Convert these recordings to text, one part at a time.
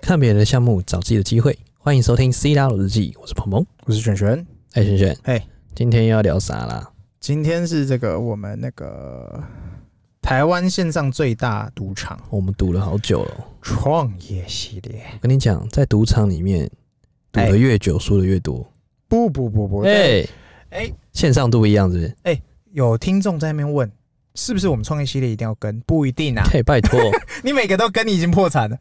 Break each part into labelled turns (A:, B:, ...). A: 看别人的项目，找自己的机会。欢迎收听《CW 日记》，我是鹏鹏。
B: 我是璇璇。
A: 哎，璇璇，
B: 嘿，
A: 今天要聊啥啦？
B: 今天是这个我们那个台湾线上最大赌场
A: 我们赌了好久了哦。
B: 创业系列。
A: 我跟你讲，在赌场里面，赌
B: 哎
A: 的越久，输的越多。
B: 不不不不，
A: 哎、
B: 哎，
A: 线上都一样，是不是？
B: 有听众在那边问，是不是我们创业系列一定要跟？不 一定啊，
A: 嘿，拜 托，
B: 你每个都跟，你已经破 产了，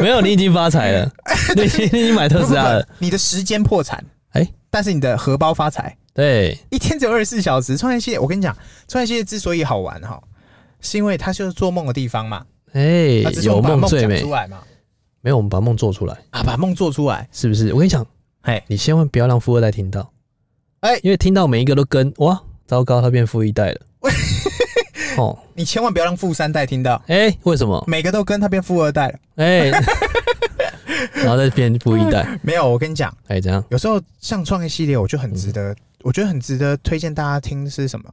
A: 没有，你已经发财 了，你已经你已经买特斯拉了
B: 不。不不你的时间破产，
A: 哎
B: 但是你的荷包发财，
A: 对，
B: 一天只有二十四小时。创业系列，我跟你讲，创业系列之所以好玩哈，是因为它就是做梦的地方嘛，
A: 哎、
B: 它只是我
A: 有
B: 们把
A: 梦
B: 梦
A: 最
B: 讲
A: 美
B: 出。来嘛，
A: 没有，我们把梦做出来，
B: 啊，把梦做出来，
A: 是不是？我跟你讲，
B: 嘿，
A: 你千万不要让富二代听到，
B: 哎
A: 因为听到每一个都跟哇，糟糕，他变富一代 了。哦，
B: 你千万不要让富三代听到。
A: 哎、为什么？
B: 每个都跟他变富二代了。
A: 哎、然后再变富一 代，
B: 没有，我跟你讲，
A: 哎、怎样？
B: 有时候像创业系列，我就很值得，我觉得很值得推荐大家听是什么？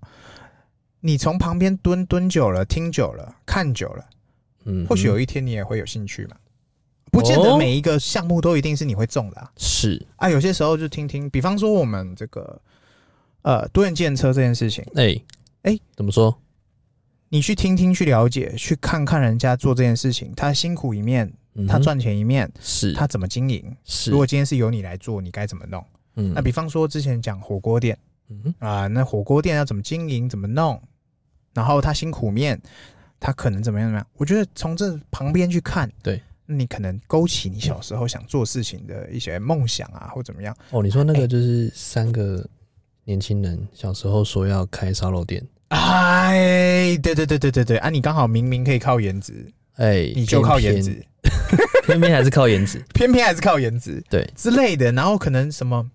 B: 你从旁边蹲蹲久了，听久了，看久了，
A: 嗯，
B: 或许有一天你也会有兴趣嘛。不见得
A: 哦
B: 每一个项目都一定是你会中的啊。
A: 是，
B: 啊，有些时候就听听，比方说我们这个呃多元建车这件事情，
A: 哎、
B: 哎
A: 怎么说？
B: 你去听听、去了解、去看看人家做这件事情，他辛苦一面，
A: 嗯哼
B: 他赚钱一面，
A: 是，
B: 他怎么经营？
A: 是
B: 如，果今天是由你来做，你该怎么弄？
A: 嗯
B: 那比方说之前讲火锅店
A: 嗯哼
B: 啊、那火锅店要怎么经营，怎么弄，然后他辛苦面，他可能怎么样怎么样？我觉得从这旁边去看，
A: 对，
B: 你可能勾起你小时候想做事情的一些梦想啊，或怎么样。
A: 哦，你说那个
B: 哎
A: 就是三个年轻人小时候说要开烧肉店，
B: 哎，对对对对对对，啊，你刚好明明可以靠颜值，
A: 哎、
B: 你就靠颜值，
A: 偏偏，偏偏还是靠颜 值，
B: 偏偏还是靠颜值，
A: 对
B: 之类的，然后可能什么。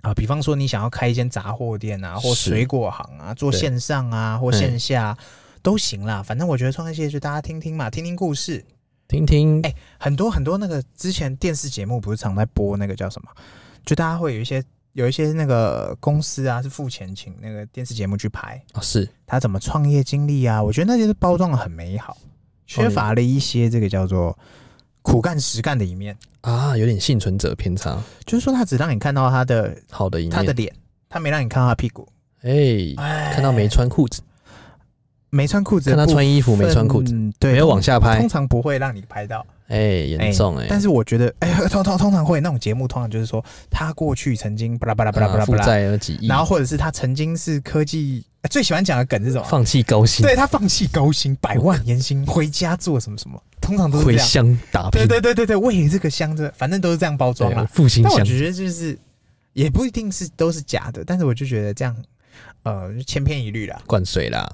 B: 啊，比方说你想要开一间杂货店啊，或
A: 是
B: 水果行啊，做
A: 对嗯
B: 线上啊或线下啊、都行啦。反正我觉得创业系列就大家听听嘛，听听故事，
A: 听听，
B: 哎很多很多那个之前电视节目不是常在播那个叫什么，就大家会有一些有一些那个公司啊是付钱请那个电视节目去拍
A: 啊、是，
B: 他怎么创业经历啊，我觉得那些都包装的很美
A: 哦
B: 好，缺乏了一些这个叫做苦干实干的一面，
A: 啊，有点幸存者偏差，
B: 就是说他只让你看到他的
A: 好的一面，
B: 他的脸，他没让你看到他屁股，
A: 哎、
B: 哎
A: 看到没穿裤子，
B: 没穿裤子，
A: 看他穿衣服没穿裤子，，
B: 对，
A: 没有往下拍
B: 通，常不会让你拍到，
A: 哎、严重哎、
B: 但是我觉得，哎、通通通常会那种节目，通常就是说他过去曾经巴拉巴拉巴拉巴
A: 啊
B: 拉
A: 负
B: 巴拉，
A: 债有几亿，
B: 然后或者是他曾经是科技、呃最喜欢讲的梗是什么？
A: 放弃高薪，
B: 对他放弃高薪百万年薪回家做什么什么，通常都是这
A: 回
B: 样。
A: 乡打拼
B: 对，对对对对，为了这个箱子，反正都是这样包装啊
A: 对，
B: 啦。
A: 复兴
B: 但我
A: 乡
B: 觉得就是也不一定是都是假的，但是我就觉得这样，呃，就千篇一律啦。
A: 灌水 啦，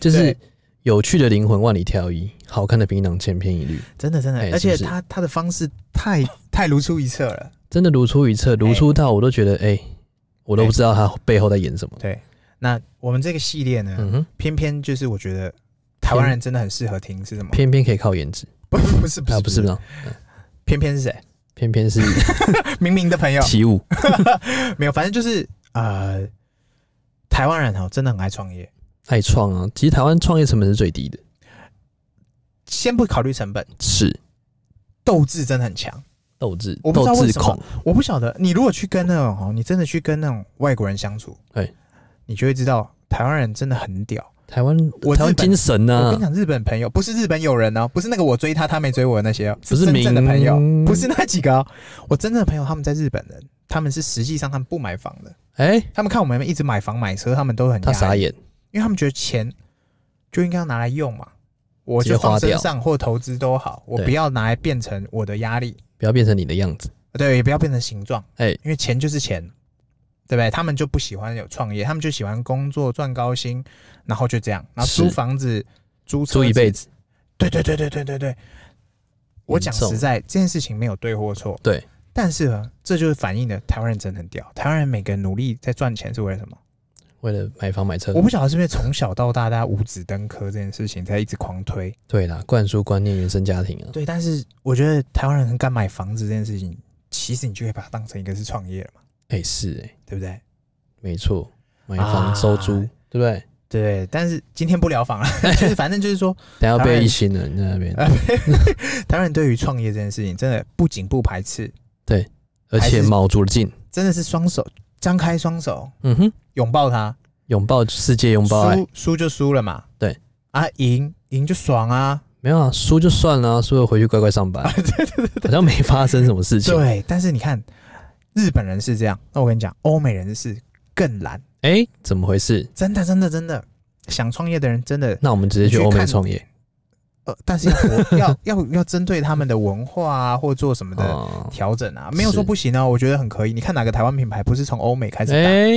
A: 就是
B: 对
A: 有趣的灵魂万里挑一，好看的槟榔千篇一律，
B: 真的真的，
A: 哎
B: 而且
A: 是不是
B: 他他的方式太太如出一辙了。
A: 真的如出一辙，如出到我都觉得哎、我都不知道他背后在演什么。
B: 对，那我们这个系列呢，
A: 嗯哼，
B: 偏偏就是我觉得台湾人真的很适合听是什么？
A: 偏偏可以靠颜值
B: 不是不是不
A: 啊，
B: 是
A: 不是不，是，
B: 偏偏是谁？
A: 偏偏 是
B: 明明的朋友
A: 起舞，
B: 没有，反正就是呃，台湾人哦，真的很爱创业。
A: 爱创啊。其实台湾创业成本是最低的，
B: 先不考虑成本，
A: 是
B: 斗志真的很强。
A: 斗志，
B: 我不知道
A: 斗
B: 为
A: 志
B: 什么
A: 控，
B: 我不晓得你如果去跟那种哦，你真的去跟那种外国人相处，
A: 对，
B: 你就会知道台湾人真的很屌。
A: 台湾
B: 我
A: 台湾
B: 日本
A: 精神啊
B: 我
A: 呐
B: 跟你，讲，日本朋友不是日本友人哦，不是那个我追他，他没追我那些哦，
A: 不是
B: 真正的
A: 明
B: 朋友，不是那几个、哦。我真正的朋友他们在日本人，他们是实际上他们不买房的，
A: 哎、
B: 他们看我们一直买房买车，他们都很
A: 他
B: 压
A: 傻
B: 抑，
A: 眼，
B: 因为他们觉得钱就应该要拿来用嘛，我
A: 直接
B: 就
A: 花
B: 放身
A: 掉
B: 上或投资都好，我
A: 对
B: 不要拿来变成我的压力，
A: 不要变成你的样子，
B: 对，也不要变成形状，
A: 哎
B: 因为钱就是钱，对不对？他们就不喜欢有创业，他们就喜欢工作赚高薪，然后就这样，然后
A: 是
B: 租房子、租车
A: 租一辈
B: 子，
A: 子，
B: 对对对对对对对。我讲
A: 严重
B: 实在，这件事情没有对或错，
A: 对，
B: 但是呢，这就是反映了台湾人真的很屌，台湾人每个人努力在赚钱是为了什么？
A: 为了买房买车
B: 我。不晓得是不是从小到大，大家五子登科这件事情在一直狂推。
A: 对啦，灌输观念原生家庭啊，
B: 对，但是我觉得台湾人很敢买房子这件事情，其实你就可以把它当成一个是创业了嘛，
A: 哎、是哎、
B: 对不对？
A: 没错，买房
B: 啊
A: 收租，对不对？
B: 对，但是今天不 聊房了，就是反正就是说，
A: 等下被一群人在那边，
B: 哎台湾人对于创业这件事情，真的不仅不排斥，
A: 而且卯足了劲，
B: 真的是双手张开双手
A: 嗯哼，
B: 拥抱他，
A: 拥抱世界，拥抱爱，
B: 输输就输了嘛，
A: 对
B: 啊，赢赢就爽啊，
A: 没有啊，输就算了啊，输了回去乖乖上班，好像没发生什么事情。
B: 对。但是你看，日本人是这样，那我跟你讲，欧美人是更懒，
A: 哎、怎么回事？
B: 真的真的真的，想创业的人真的
A: 那我们直接去欧美创业
B: 呃，但是要 活要要要针对他们的文化啊，或做什么的
A: 哦，
B: 调整啊，没有
A: 是
B: 说不行啊，我觉得很可以。你看哪个台湾品牌不是从欧美开始打？
A: 哎，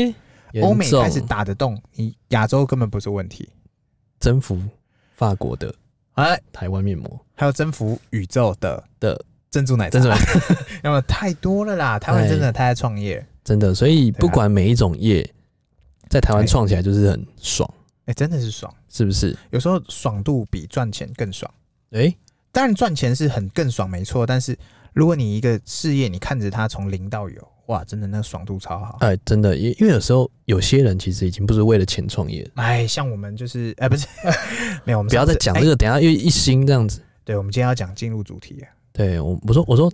A: 严
B: 欧美
A: 重
B: 开始打得动，你亚洲根本不是问题。
A: 征服法国的
B: 哎，
A: 台湾面膜
B: 还有征服宇宙的
A: 的
B: 珍珠奶茶，
A: 珍珠奶 哎
B: 那么太多了啦！台湾真的太爱创业，
A: 真的，所以
B: 对啊
A: 不管每一种业，在台湾
B: 对
A: 创起来就是很爽，
B: 哎、真的是爽，
A: 是不是？
B: 有时候爽度比赚钱更爽。
A: 哎、
B: 当然赚钱是很更爽，没错，但是如果你一个事业，你看着它从零到有，哇，真的那个爽度超好。
A: 哎、真的，因因为有时候有些人其实已经不是为了钱创业了，
B: 哎，像我们就是，哎、不是，没有，我们
A: 不要再
B: 上次
A: 讲
B: 哎
A: 这个，等一下又一心这样子。
B: 对，我们今天要讲进入主题了。
A: 对我我说我说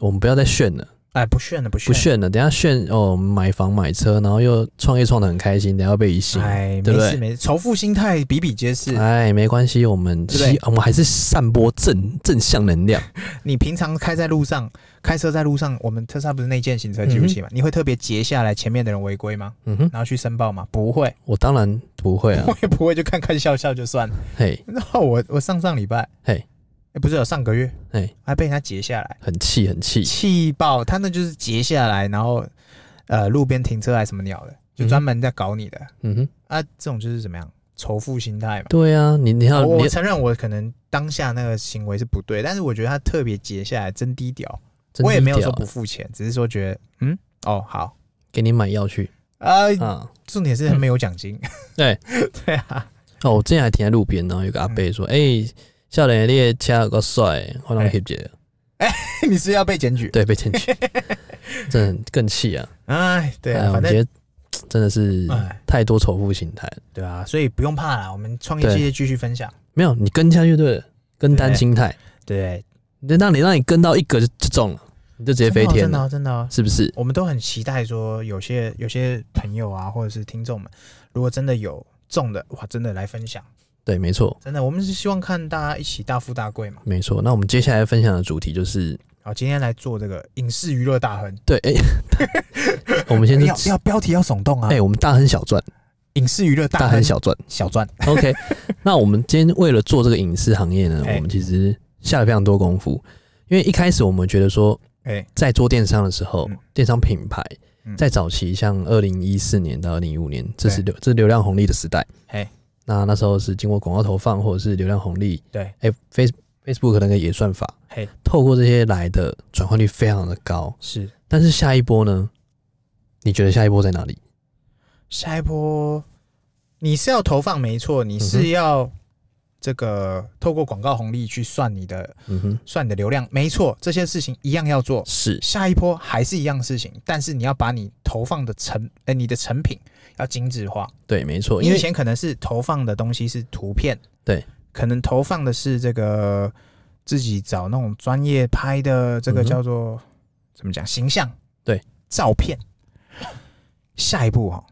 A: 我们不要再炫了，
B: 哎，不炫了，不炫，
A: 不炫了，等一下炫哦，买房买车，然后又创业创的很开心，等一下被一心。
B: 哎，
A: 对不
B: 没事
A: 对
B: 没事，仇富心态比比皆是。
A: 哎，没关系，我们
B: 对不对
A: 希我们还是散播正正向能 量。
B: 你平常开在路上，开车在路上，我们特斯拉不是内建行车记录器嘛？你会特别截下来前面的人违规吗？
A: 嗯哼，
B: 然后去申报吗？不会，
A: 我当然不会啊
B: 我。也不会，就看看笑笑就 算了。
A: 嘿，
B: 然后哦我我上上礼拜，
A: 嘿
B: 哎，不是有上个月，
A: 嘿，
B: 还被人家截下来，
A: 很气很气。
B: 气爆！他那就是截下来，然后呃路边停车还什么鸟的，就专门在搞你的、
A: 嗯哼，
B: 啊，这种就是怎么样仇富心态嘛。
A: 对啊，你你要
B: 我
A: 你
B: 我承认我可能当下那个行为是不对，但是我觉得他特别截下来真低调，
A: 真
B: 我也
A: 低
B: 没有
A: 调
B: 说不付钱，只是说觉得嗯哦好
A: 啊给你买药去
B: 啊、
A: 啊。
B: 重点是没有奖金，
A: 嗯对
B: 对啊，
A: 哦，我之前还停在路边，然后有个阿伯
B: 嗯
A: 说：“哎，笑脸列车有个帅，我让
B: 哎
A: hit 姐。
B: 你是要被检”举？
A: 对，被牵 去，真的很更气啊！
B: 哎，对
A: 哎
B: 啊，
A: 我
B: 反正
A: 觉得真的是
B: 哎
A: 太多仇富心态了。
B: 对啊，所以不用怕啦，我们创业
A: 对
B: 系列继续分享。
A: 没有，你跟下去就对了，跟单
B: 对
A: 心态，
B: 对，
A: 你让你让你跟到一个就就中了，你就直接飞天
B: 真的
A: 了，
B: 哦、真的哦、真的哦
A: 是不是？
B: 我们都很期待说，有些有些朋友啊，或者是听众们，如果真的有中的哇，真的来分享，
A: 对，没错，
B: 真的，我们是希望看大家一起大富大贵嘛。
A: 没错。那我们接下来分享的主题就是，
B: 好，今天来做这个影视娱乐大亨，
A: 对， 哎、我们先
B: 要
A: 是，
B: 要标题要耸动啊！
A: 哎、我们大亨小赚，
B: 影视娱乐大
A: 大
B: 亨
A: 亨小赚。
B: 小赚，
A: OK，那我们今天为了做这个影视行业呢，
B: 哎
A: 我们其实下了非常多功夫，因为一开始我们觉得说，
B: 哎、
A: 在做电商的时候，
B: 嗯
A: 电商品牌
B: 嗯
A: 在早期，像二零一四年到二零一五年，这是流这是流量红利的时代。
B: 哎，
A: 那那时候是经过广告投放或者是流量红利，
B: 对，
A: 哎、f a c e Facebook 那个演算法，
B: 嘿，
A: 透过这些来的转换率非常的高。
B: 是
A: 但是下一波呢？你觉得下一波在哪里？
B: 下一波，你是要投放没错，你
A: 嗯
B: 是
A: 哼
B: 要这个透过广告红利去算你的
A: 嗯哼，
B: 算你的流量，没错，这些事情一样要做，
A: 是
B: 下一波还是一样事情，但是你要把你投放的成，哎、你的成品要精致化。
A: 对，没错，
B: 你
A: 因
B: 以
A: 为
B: 前可能是投放的东西是图片，
A: 对，
B: 可能投放的是这个自己找那种专业拍的这个
A: 嗯哼
B: 叫做、怎么讲形象，
A: 对，
B: 照片。下一步哈、哦，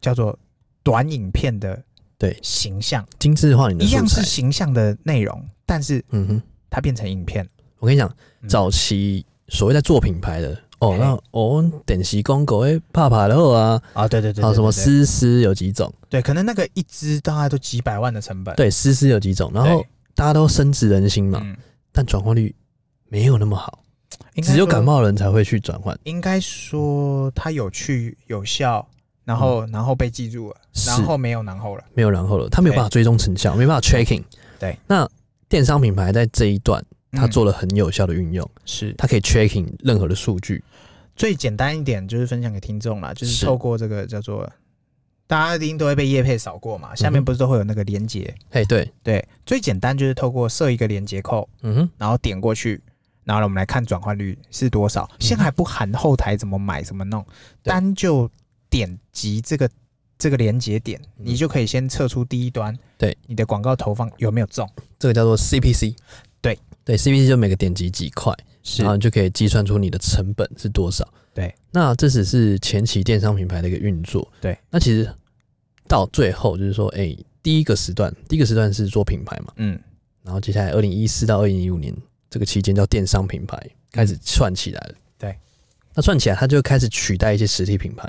B: 叫做短影片的
A: 对
B: 形象，
A: 精致化你的
B: 一
A: 素
B: 样是
A: 材。
B: 形象的内容，但是
A: 嗯哼，
B: 它变成影片，
A: 我跟你讲，
B: 嗯
A: 早期所谓在做品牌的。哦
B: 嘿，
A: 那哦，电视广告诶，怕怕的啊，
B: 啊，对对对
A: 还有什么
B: 对对
A: 丝丝有几种？
B: 对，可能那个一支大概都几百万的成本，
A: 对，丝丝有几种，然后
B: 对
A: 大家都深植人心嘛，
B: 嗯，
A: 但转换率没有那么好，
B: 应该
A: 只有
B: 说
A: 感。冒的人才会去转换。
B: 应该说它有趣有效，然后、然后被记住了，
A: 嗯是
B: 然后没有然后了。
A: 没有然后了，他没有办法追踪成效，没办法 tracking。
B: 对，
A: 那电商品牌在这一段，它
B: 嗯
A: 做了很有效的运用，
B: 是
A: 它可以 tracking 任何的数据。
B: 最简单一点，就是分享给听众啦，就是
A: 是
B: 透过这个叫做大家一定都会被叶配扫过嘛，下
A: 嗯
B: 面
A: 哼
B: 不是都会有那个连接？
A: 嘿，对，
B: 对，最简单就是透过设一个连接扣，
A: 嗯哼，
B: 然后点过去。然后我们来看转换率是多少，先还不含后台怎么买怎么弄，
A: 嗯对
B: 单就点击这个这个连接点，你就可以先测出第一端，
A: 嗯对
B: 你的广告投放有没有中，
A: 这个叫做 CPC。
B: 对
A: 对，CPC 就每个点击几块，
B: 是
A: 然后你就可以计算出你的成本是多少。
B: 对，
A: 那这只是前期电商品牌的一个运作。
B: 对，
A: 那其实到最后就是说，哎、第一个时段，第一个时段是做品牌嘛，
B: 嗯，
A: 然后接下来二零一四到二零一五年这个期间叫电商品牌开始串起来了。
B: 嗯对，
A: 那串起来它就开始取代一些实体品牌，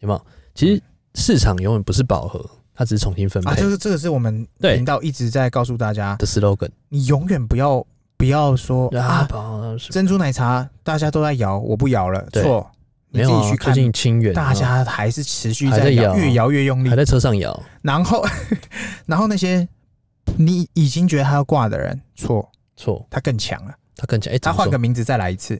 A: 有没有？其实市场永远不是饱和，它只是重新分
B: 啊，
A: 配
B: 就是这个是我们
A: 对
B: 频道一直在告诉大家，
A: 的 slogan
B: 你永远不要不要说
A: 啊
B: 啊，，
A: 饱是
B: 珍珠奶茶大家都在摇，我不摇了，
A: 对
B: 错，你
A: 没
B: 自
A: 有
B: 己
A: 啊
B: 去，
A: 最
B: 看，
A: 近清远
B: 大
A: 啊
B: 家还是持续
A: 还
B: 在
A: 在
B: 摇，
A: 摇啊
B: 越摇越用力
A: 还，在车上摇，
B: 然后 然后那些你已经觉得他要挂的人，错，
A: 错，
B: 他更强了，
A: 他更强，哎、
B: 他
A: 怎么
B: 换
A: 说
B: 个名字再来 一次，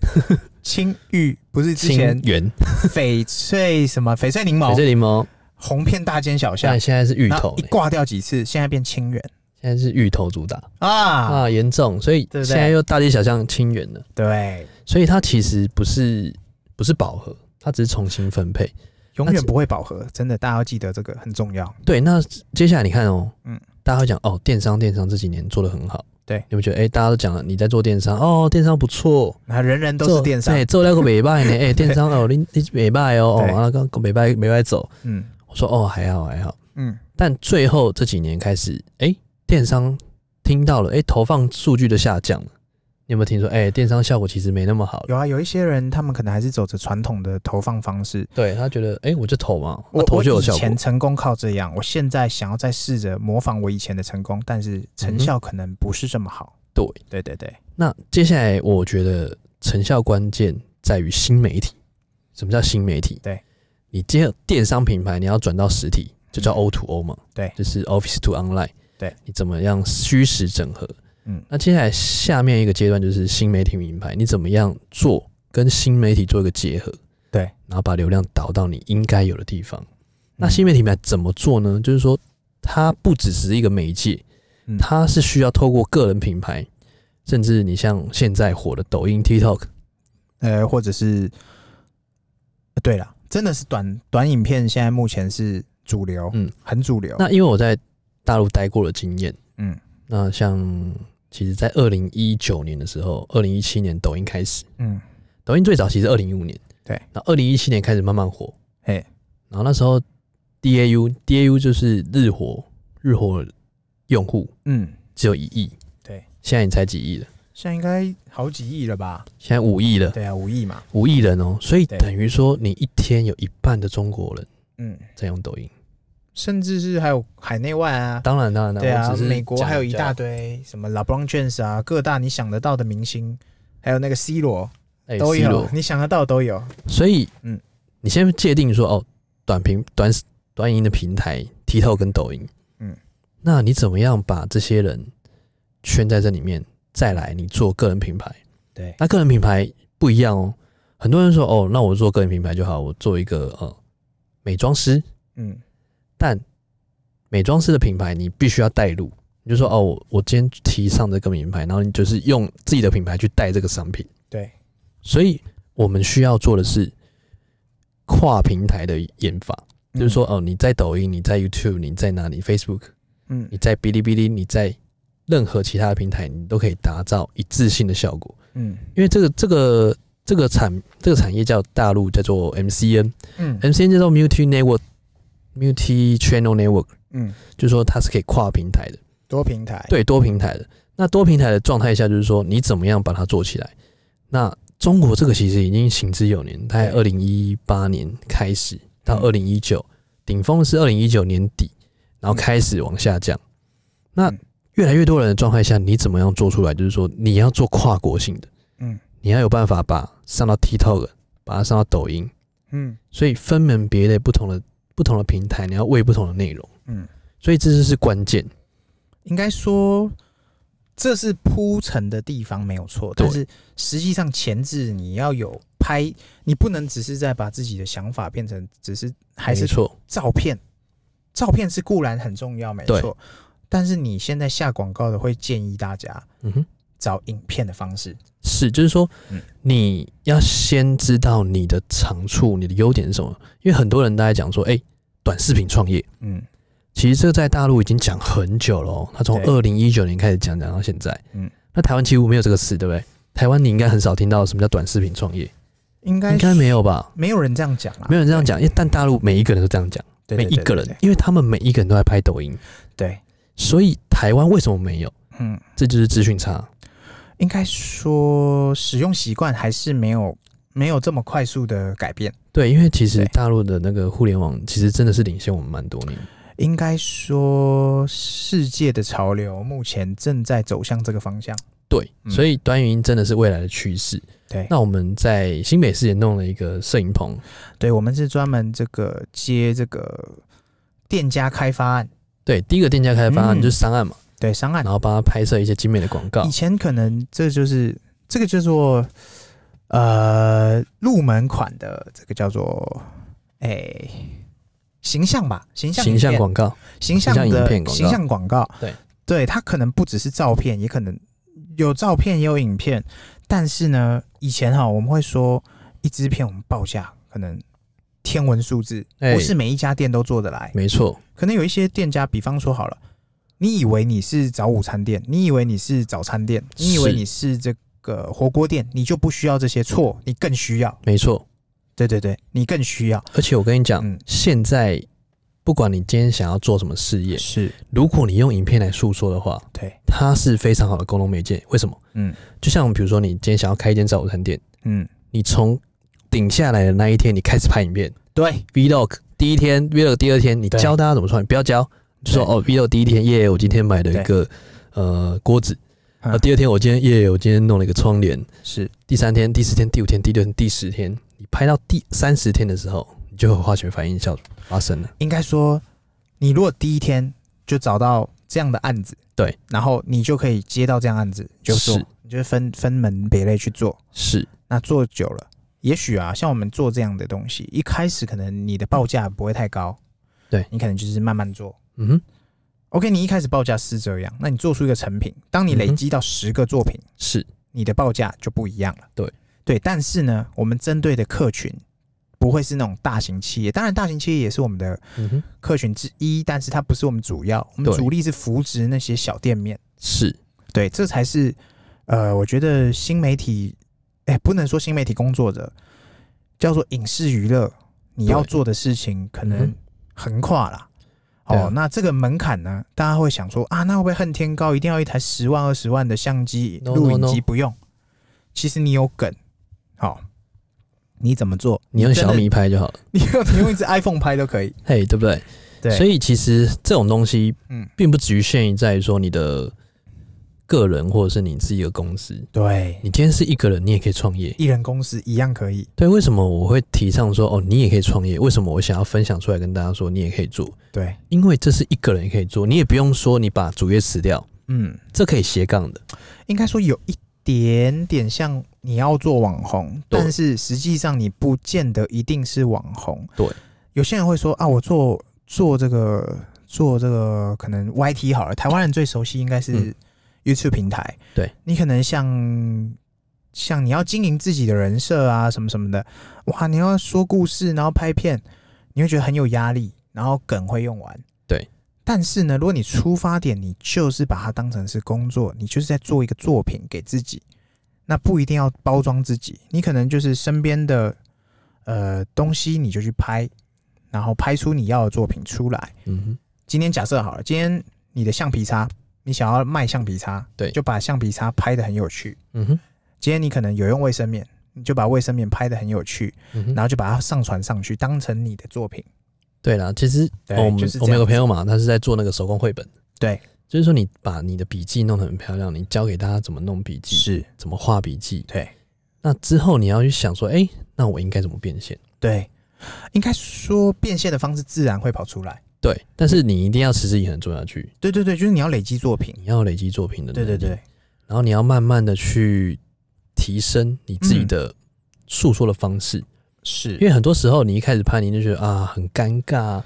B: 青玉不是之
A: 清
B: 前
A: 源
B: 翡翠什么翡翠柠
A: 翡
B: 檬
A: 翠柠檬，
B: 红遍大街小
A: 现
B: 巷
A: 在，现在是芋
B: 然
A: 头
B: 后一
A: 呢、
B: 挂掉几次，现在变清源
A: 现在是芋头主打
B: 啊，
A: 啊，严重，所以
B: 对不对
A: 现在又大街小巷清源了。
B: 对，
A: 所以它其实不是不是饱和，它只是重新分配。
B: 永远不会饱和，真的，大家要记得这个很重要。
A: 对，那接下来你看哦，
B: 嗯
A: 嗯，大家会讲哦，电商电商这几年做的很好，
B: 对
A: 你们觉得哎、大家都讲了你在做电商哦，电商不错，
B: 那人人都是
A: 做
B: 电商，
A: 对，做那个美拜呢，哎、 电商哦，你你美拜哦，
B: 对
A: 哦，啊，刚美拜美拜走，
B: 嗯
A: 我说哦还好还好，
B: 嗯，
A: 但最后这几年开始，哎、电商听到了，哎、投放数据的下降了，你有没有听说？哎、电商效果其实没那么好了。
B: 有啊，有一些人他们可能还是走着传统的投放方式。
A: 对他觉得，哎、我就投嘛，那
B: 我
A: 投就有
B: 我以
A: 效果
B: 前。成功靠这样，我现在想要再试着模仿我以前的成功，但是成效可能不是这么好。
A: 对
B: 对对对，
A: 那接下来，我觉得成效关键在于新媒体。什么叫新媒体？
B: 对，
A: 你接电商品牌，你要转到实体，就叫 O to O 嘛。
B: 嗯对
A: 就是 Office to Online。
B: 对，
A: 你怎么样虚实整合？
B: 嗯
A: 那接下来下面一个阶段就是新媒体品牌，你怎么样做跟新媒体做一个结合？
B: 对嗯
A: 然后把流量导到你应该有的地方。那新媒体品牌怎么做呢？就是说，它不只是一个媒介，
B: 嗯
A: 它是需要透过个人品牌，甚至你像现在火的抖音、TikTok，
B: 呃，或者是，呃对了，真的是短短影片现在目前是主流，
A: 嗯，
B: 很主流。
A: 那因为我在大陆待过的经验，
B: 嗯
A: 那像其实在二零一九年的时候，二零一七年抖音开始，
B: 嗯，
A: 抖音最早其实二零一五年，
B: 对，
A: 那二零一七年开始慢慢火，
B: 嘿，
A: 然后那时候 DAU DAU 就是日活日活用户
B: 嗯，
A: 只有一亿，
B: 对，
A: 现在你才几亿了，
B: 现在应该好几亿了吧？
A: 现在五亿了，
B: 对啊，五亿嘛，
A: 五亿人哦，所以
B: 对
A: 等于说你一天有一半的中国人
B: 嗯，
A: 在用抖音。
B: 甚至是还有海内外啊，
A: 当然，当然，当然
B: 对
A: 我
B: 啊，
A: 只是
B: 美国
A: 讲
B: 还有一
A: 较
B: 大堆什么 LeBron James 啊，各大你想得到的明星，还有那个 C 罗
A: 哎
B: 都
A: C
B: 有
A: 罗，
B: 你想得到都有。
A: 所以，
B: 哦嗯
A: 嗯，你先界定说，哦，短平短短影音的平台 TikTok 跟抖音，
B: 嗯
A: 嗯，那你怎么样把这些人圈在这里面？再来，你做个人品牌，
B: 对，
A: 那个人品牌不一样哦。很多人说，哦，那我做个人品牌就好，我做一个呃美妆师，
B: 嗯，
A: 但美妆师的品牌你必须要带入，你就说，哦，我我今天提倡这个品牌，然后你就是用自己的品牌去带这个商品。
B: 对，
A: 所以我们需要做的是跨平台的研发，就是说，哦，你在抖音，你在 YouTube，你在哪里，Facebook，
B: 嗯，
A: 你在哔哩哔哩，你在任何其他的平台，你都可以达到一致性的效果。
B: 嗯
A: 因为这个这个这个产这个产业叫大陆叫做 MCN，MCN
B: 嗯
A: 叫做 Multi Network Multi Channel Network，
B: 嗯，
A: 就是说它是可以跨平台的。
B: 多平台，
A: 对多平台的。那多平台的状态下，就是说你怎么样把它做起来？那中国这个其实已经行之有年，大概二
B: 对
A: 零一八年开始到
B: 嗯
A: 二零一九，顶峰是二零一九年底，然后
B: 嗯
A: 开始往下降。那
B: 嗯
A: 越来越多人的状态下，你怎么样做出来？就是说你要做跨国性的，
B: 嗯
A: 你要有办法把上到 TikTok，把它上到抖音，
B: 嗯
A: 所以分门别类不同的不同的平台，你要喂不同的内容，
B: 嗯，
A: 所以这就是关键。
B: 应该说这是铺陈的地方没有错，
A: 对
B: 但是实际上前置你要有拍，你不能只是在把自己的想法变成只是还是
A: 没错，
B: 照片，照片是固然很重要，没
A: 对
B: 错。但是你现在下广告的会建议大家
A: 嗯哼。
B: 找影片的方式，
A: 是，就是说
B: 嗯，
A: 你要先知道你的长处，你的优点是什么。因为很多人大家讲说，哎、短视频创业。
B: 嗯
A: 其实这个在大陆已经讲很久了、哦，他从
B: 对
A: 二零一九年开始讲，讲到现在。
B: 嗯，
A: 那台湾几乎没有这个词，对不对？台湾你应该很少听到什么叫短视频创业，
B: 应该
A: 应该没有吧？
B: 没有人这样讲啦，
A: 没有人这样讲，因为但大陆每一个人都这样讲，
B: 对，
A: 每
B: 对
A: 一个
B: 对
A: 人，因为他们每一个人都在拍抖音，
B: 对对，
A: 所以台湾为什么没有？
B: 嗯，
A: 这就是资讯差。
B: 应该说使用习惯还是没有没有这么快速的改变。
A: 对，因为其实
B: 对
A: 大陆的那个互联网其实真的是领先我们蛮多年。
B: 应该说，世界的潮流目前正在走向这个方向。
A: 对，
B: 嗯
A: 所以短语音真的是未来的趋势。
B: 对
A: 那我们在新北市也弄了一个摄影棚，
B: 对，我们是专门这个接这个店家开发案，
A: 对，第一个店家开发案
B: 嗯啊
A: 就是商案嘛，
B: 对商案
A: 然。后帮他拍摄一些精美的广告
B: 以。前可能这就是这个叫做呃入门款的这个叫做哎、形象吧，形象
A: 形
B: 影
A: 象
B: 片
A: 广告，
B: 形象
A: 形象影
B: 的
A: 片广告
B: 形象广告，
A: 对，
B: 对，它可能不只是照片，也可能有照片也有影片，但是呢，以前哈我们会说一支片我们报价可能天文数字，
A: 哎
B: 不是每一家店都做得来，
A: 没错，
B: 可能有一些店家，比方说好了，你以为你是早午餐店，你以为你是早餐店，
A: 是
B: 你以为你是这个火锅店，你就不需要这些错，你更需要，
A: 没错。
B: 对对对，你更需要，
A: 而且我跟你讲，
B: 嗯
A: 现在不管你今天想要做什么事业，
B: 是
A: 如果你用影片来诉说的话，
B: 对，
A: 它是非常好的沟通媒介。为什么？
B: 嗯
A: 就像比如说，你今天想要开一间早餐店，
B: 嗯，
A: 你从顶下来的那一天，你开始拍影片
B: 对
A: vlog，第一天 vlog，第二天你
B: 对
A: 教大家怎么创业，不要教，就说
B: 对
A: 哦 vlog 第一天耶，我今天买了一
B: 对
A: 个呃锅子，
B: 嗯
A: 啊第二天我今天耶，我今天弄了一个窗帘，
B: 是，
A: 第三天、第四天、第五天、第六天、第十天，你拍到第三十天的时候，你就有化学反应效发生了。
B: 应该说，你如果第一天就找到这样的案子，
A: 对，
B: 然后你就可以接到这样案子就做
A: 是，
B: 你就是分分门别类去做，
A: 是
B: 那做久了。也许啊，像我们做这样的东西，一开始可能你的报价不会太高，
A: 嗯对
B: 你可能就是慢慢做。
A: 嗯哼，
B: OK，你一开始报价是这样，那你做出一个成品，
A: 嗯
B: 当你累积到十个作品，
A: 是
B: 你的报价就不一样了。
A: 对
B: 对，但是呢，我们针对的客群不会是那种大型企业，当然大型企业也是我们的
A: 嗯哼，
B: 客群之一，但是它不是我们主要，我们
A: 对
B: 主力是扶植那些小店面。
A: 是
B: 对，这才是呃，我觉得新媒体，哎、不能说新媒体工作者，叫做影视娱乐，你要
A: 对
B: 做的事情可
A: 嗯
B: 能
A: 哼
B: 横跨啦。
A: 对啊
B: 哦，那这个门槛呢？大家会想说啊，那会不会恨天高？一定要一台十万、二十万的相机、
A: No,
B: 录
A: no,
B: 影
A: no
B: 机？不用，其实你有梗，好、你怎么做？
A: 你用
B: 真的
A: 小，米拍就好了，
B: 你用你用一只 iPhone 拍都可以。
A: 嘿、对不对？
B: 对，
A: 所
B: 以
A: 以其实这种东西，
B: 嗯，
A: 并不局限于在于说你的个人或者是你自己的公司。
B: 对，
A: 你今天是一个人，你也可以创业。
B: 艺人公司一样可以。
A: 对，为什么我会提倡说哦，你也可以创业？为什么我想要分享出来跟大家说，你也可以做？
B: 对，
A: 因为这是一个人也可以做，你也不用说你把主业辞掉，
B: 嗯，
A: 这可以斜杠的。
B: 应该说有一点点像你要做网红，
A: 对
B: 但是实际上你不见得一定是网红。
A: 对，
B: 有些人会说啊，我做做这个做这个可能 YT 好了，台湾人最熟悉应该是
A: 嗯
B: YouTube 平台。
A: 对
B: 你可能像像你要经营自己的人设啊，什么什么的，哇，你要说故事，然后拍片，你会觉得很有压力，然后梗会用完。
A: 对，
B: 但是呢，如果你出发点你就是把它当成是工作，你就是在做一个作品给自己，那不一定要包装自己，你可能就是身边的呃东西你就去拍，然后拍出你要的作品出来。
A: 嗯哼。
B: 今天假设好了，今天你的橡皮擦，你想要卖橡皮擦，
A: 对
B: 就把橡皮擦拍的很有趣。
A: 嗯哼，
B: 今天你可能有用卫生棉，你就把卫生棉拍的很有趣，
A: 嗯哼
B: 然后就把它上传上去，当成你的作品。
A: 对啦，其实
B: 对
A: 我们、
B: 就是这样
A: 我们有个朋友嘛，他是在做那个手工绘本。
B: 对，
A: 就是说你把你的笔记弄得很漂亮，你教给大家怎么弄笔记，
B: 是，
A: 怎么画笔记。
B: 对
A: 那之后你要去想说，哎、那我应该怎么变现？
B: 对，应该说变现的方式自然会跑出来。
A: 对，但是你一定要持之以恒做下去，
B: 对对对，就是你要累积作品。
A: 你要累积作品的能
B: 对
A: 力，
B: 对对，
A: 然后你要慢慢的去提升你自己
B: 嗯
A: 的诉说的方式，
B: 是
A: 因为很多时候你一开始拍，你就觉得啊很尴尬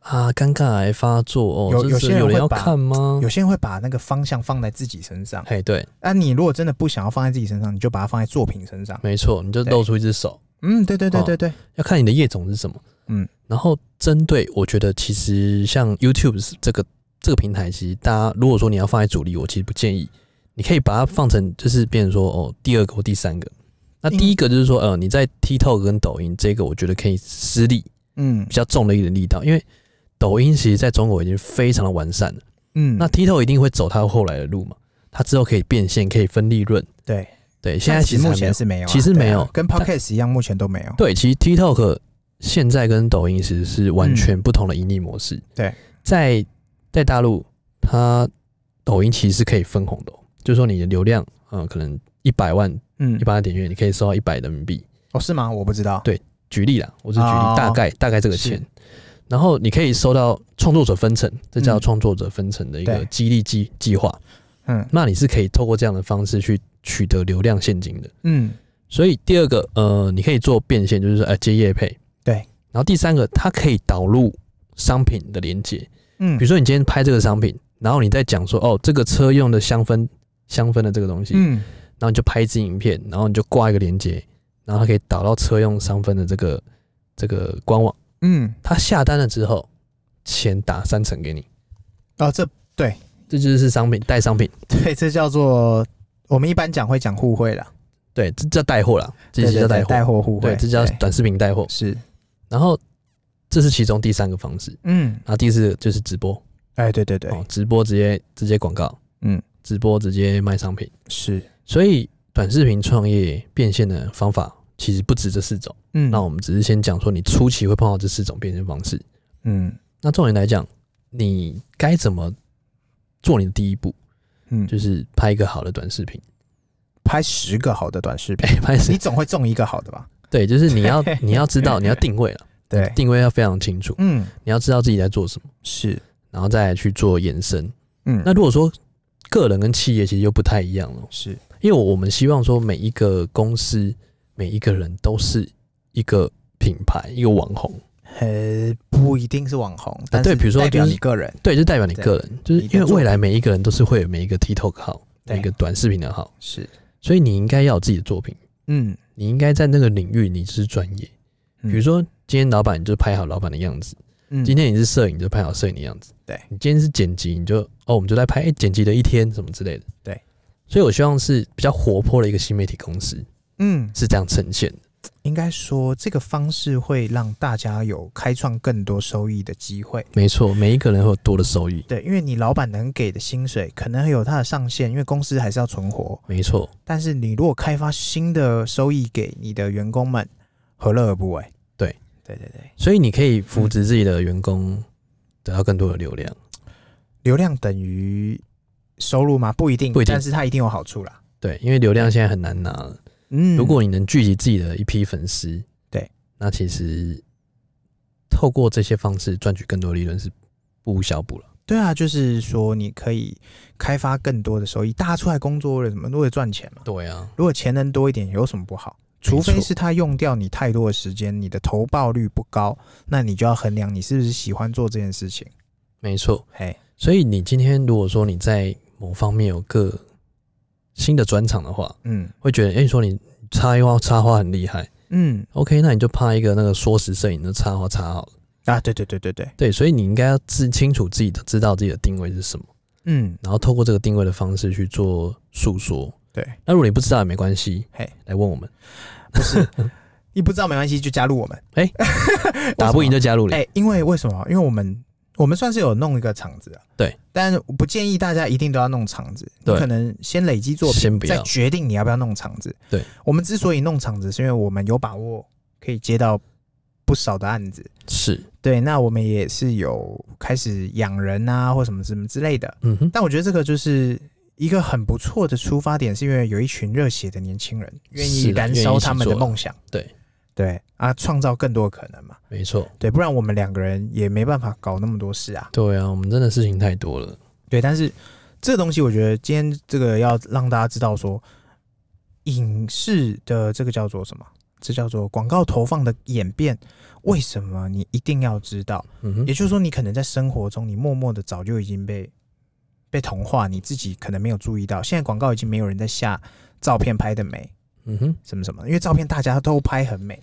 A: 啊，尴尬癌发作哦，
B: 有
A: 这
B: 有
A: 是
B: 些人
A: 有人
B: 会
A: 要
B: 把
A: 看吗
B: 有？些人会把那个方向放在自己身上，
A: 哎，对，
B: 那、你如果真的不想要放在自己身上，你就把它放在作品身上。
A: 没错，你就
B: 对
A: 露出一只手，哦
B: 嗯，对对对对对，
A: 要看你的业种是什么。
B: 嗯，
A: 然后针对我觉得其实像 YouTube 是这个这个平台，其实大家如果说你要放在主力，我其实不建议，你可以把它放成就是变成说哦第二个或第三个。那第一个就是说，呃，你在 TikTok 跟抖音这个，我觉得可以施力
B: 嗯
A: 比较重的一点力道，因为抖音其实在中国已经非常的完善了。
B: 嗯，
A: 那 TikTok 一定会走它后来的路嘛，它之后可以变现，可以分利润。
B: 对，
A: 对，现在
B: 但
A: 其实还
B: 目
A: 没有
B: 前是没有啊，
A: 其实没有
B: 对啊跟 Podcast 一样，目前都没有。
A: 对，其实 TikTok 现在跟抖音其实是完全不同的盈利模式。
B: 嗯对，
A: 在在大陆，它抖音其实是可以分红的哦、就是说你的流量，嗯、可能一百万
B: 嗯
A: 一，百万点阅，你可以收到一百人民币。
B: 哦，是吗？我不知道。
A: 对举例啦，我是举例，
B: 哦
A: 大概大概这个
B: 是
A: 钱，然后你可以收到创作者分成，这叫
B: 嗯
A: 创作者分成的一个
B: 对
A: 激励计计划。
B: 嗯
A: 那你是可以透过这样的方式去取得流量现金的。
B: 嗯，
A: 所以第二个，呃，你可以做变现，就是说，呃，接业配。
B: 对
A: 然后第三个，它可以导入商品的连接，
B: 嗯，
A: 比如说你今天拍这个商品，然后你再讲说，哦，这个车用的香氛香氛的这个东西，
B: 嗯
A: 然后你就拍一支影片，然后你就挂一个连接，然后它可以导到车用香氛的这个这个官网，
B: 嗯，
A: 它下单了之后，钱打三成给你，
B: 哦，这对
A: 这就是商品带商品，
B: 对，这叫做我们一般讲会讲互惠啦，
A: 对，这叫带货啦，这
B: 对
A: 就
B: 对
A: 叫
B: 对
A: 带货，
B: 带货互惠，
A: 对，这叫短视频带货。
B: 是
A: 然后这是其中第三个方式，
B: 嗯，
A: 然后第四个就是直播，
B: 哎，对对对，
A: 哦，直播直接直接广告，
B: 嗯，
A: 直播直接卖商品。
B: 是
A: 所以短视频创业变现的方法其实不止这四种。
B: 嗯，
A: 那我们只是先讲说你初期会碰到这四种变现方式。
B: 嗯
A: 那重点来讲，你该怎么做你的第一步，
B: 嗯，
A: 就是拍一个好的短视频。
B: 拍十个好的短视 频，
A: 哎、拍
B: 你
A: 谁？
B: 总会中一个好的吧？
A: 对，就是你 要你要知道你要定位了，
B: 对，
A: 定位要非常清楚，
B: 嗯，
A: 你要知道自己在做什么，
B: 是，
A: 然后再来去做延伸。
B: 嗯，
A: 那如果说个人跟企业其实又不太一样了，
B: 是，
A: 因为我们希望说每一个公司、每一个人都是一个品牌、一个网红，
B: 呃，不一定是网红，但
A: 对
B: 是
A: 比如说
B: 代表
A: 就是
B: 你个人
A: 对，就代表你个人，就是
B: 你
A: 因
B: 的
A: 为
B: 作
A: 未来每一个人都是会有每一个 TikTok 号、
B: 对
A: 每一个短视频的号，
B: 是，
A: 所以你应该要有自己的作品，
B: 嗯，
A: 你应该在那个领域你是专业。
B: 嗯
A: 比如说今天老板你就拍好老板的样子，
B: 嗯
A: 今天你是摄影你就拍好摄影的样子，
B: 对
A: 你今天是剪辑你就哦我们就来拍、哎剪辑的一天什么之类的，
B: 对。
A: 所以我希望是比较活泼的一个新媒体公司
B: 嗯，
A: 是这样呈现的。
B: 应该说这个方式会让大家有开创更多收益的机会。
A: 没错，每一个人会有多的收益。
B: 对，因为你老板能给的薪水可能有它的上限，因为公司还是要存活。
A: 没错，
B: 但是你如果开发新的收益给你的员工们，何乐而不为？
A: 对，
B: 对对对，
A: 所以你可以扶植自己的员工，得到更多的流量。
B: 流量等于收入吗？不一定，
A: 不一定
B: 但是它一定有好处啦。
A: 对，因为流量现在很难拿了。
B: 嗯
A: 如果你能聚集自己的一批粉丝，
B: 对，
A: 那其实透过这些方式赚取更多利润是不无小补了。
B: 对啊，就是说你可以开发更多的收益。大家出来工作为了什么？为了赚钱嘛。
A: 对啊，
B: 如果钱能多一点，有什么不好？除
A: 没错
B: 非是他用掉你太多的时间，你的投报率不高，那你就要衡量你是不是喜欢做这件事情。
A: 没错。
B: 嘿，
A: 所以你今天如果说你在某方面有个新的专场的话，
B: 嗯
A: 会觉得，哎、你说你插画插画很厉害
B: 嗯
A: ，OK，那你就拍一个那个缩时摄影的插画插好了。
B: 啊，对对对对对，
A: 对，所以你应该要自清楚自己的，知道自己的定位是什么，
B: 嗯
A: 然后透过这个定位的方式去做诉说。
B: 对，
A: 那如果你不知道也没关系，
B: 嘿，
A: 来问我 们，
B: 你不知道没关系，就加入我们。
A: 哎 打不赢就加入你。
B: 哎、因为为什么？因为我们我们算是有弄一个场子啊。
A: 对，
B: 但我不建议大家一定都要弄场子，你
A: 对
B: 可能先累积作品，
A: 先不要
B: 再决定你要不要弄场子。
A: 对，
B: 我们之所以弄场子，是因为我们有把握可以接到不少的案子。
A: 是，
B: 对，那我们也是有开始养人啊，或什么什么之类的。
A: 嗯哼，
B: 但我觉得这个就是一个很不错的出发点，是因为有一群热血的年轻人愿意
A: 是的啊
B: 燃
A: 愿意
B: 烧
A: 一起
B: 他们的
A: 做的
B: 梦想。
A: 对
B: 对啊，创造更多的可能嘛。
A: 没错，
B: 对，不然我们两个人也没办法搞那么多事啊。
A: 对啊，我们真的事情太多了，
B: 对，但是这个东西，我觉得今天这个要让大家知道说，影视的这个叫做什么？这叫做广告投放的演变。为什么你一定要知道？
A: 嗯哼
B: 也，就是说，你可能在生活中，你默默的早就已经被被同化，你自己可能没有注意到。现在广告已经没有人在下照片拍的美
A: 嗯哼，
B: 什么什么，因为照片大家都拍很美。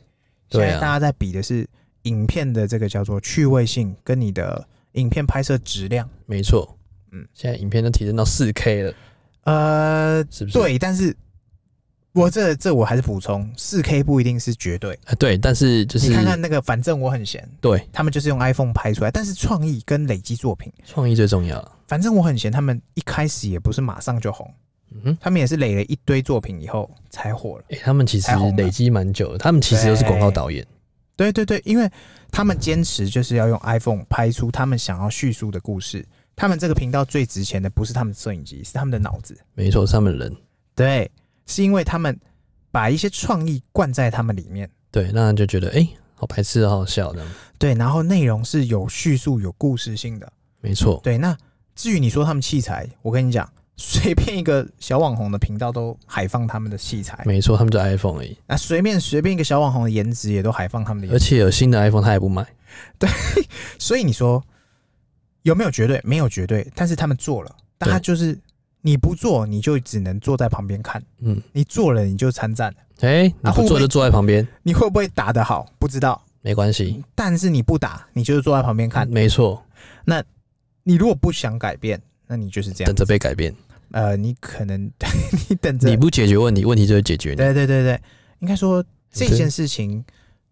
B: 现
A: 对啊
B: 在大家在比的是影片的这个叫做趣味性跟你的影片拍摄质量。
A: 没错，嗯
B: 嗯，
A: 现在影片都提升到四 K 了，
B: 呃，
A: 是不是？
B: 对，但是我这这我还是补充，四 K 不一定是绝对。
A: 啊，对，但是就是
B: 你看看那个，反正我很闲，
A: 对
B: 他们就是用 iPhone 拍出来，但是创意跟累积作品，
A: 创意最重要。
B: 反正我很闲，他们一开始也不是马上就红，
A: 嗯哼，
B: 他们也是累了一堆作品以后才火了。
A: 哎、他们其实
B: 太红了
A: 累积蛮久的，他们其实都是广告导演，
B: 对对对，因为他们坚持就是要用 iPhone 拍出他们想要叙述的故事。他们这个频道最值钱的不是他们的摄影机，是他们的脑子。
A: 没错，是他们人。
B: 对，是因为他们把一些创意灌在他们里面。
A: 对，那就觉得哎、诶好白痴，好好笑这样。
B: 对，然后内容是有叙述、有故事性的。
A: 没错，
B: 对，那至于你说他们器材，我跟你讲，随便一个小网红的频道都海放他们的器材，
A: 没错，他们就 iPhone 而已，
B: 那随便随便一个小网红的颜值也都海放他们的
A: 而
B: 颜值。
A: 且有新的 iPhone 他也不买，
B: 所以你说有没有绝对？没有绝对，但是他们做了，但他
A: 对
B: 就是你不做，你就只能坐在旁边看；
A: 嗯，
B: 你做了，你就参战了。
A: 哎、你
B: 啊
A: 不
B: 会不
A: 做
B: 会
A: 就坐在旁边，
B: 你会不会打得好？不知道，
A: 没关系，
B: 但是你不打，你就是坐在旁边看。
A: 没错，
B: 你如果不想改变，那你就是这样
A: 等。着被改变。
B: 呃，你可能 你等着
A: 你，不解决问题，问题就会解决你。
B: 对对对对，应该
A: 嗯
B: 说这
A: 真
B: 件事情，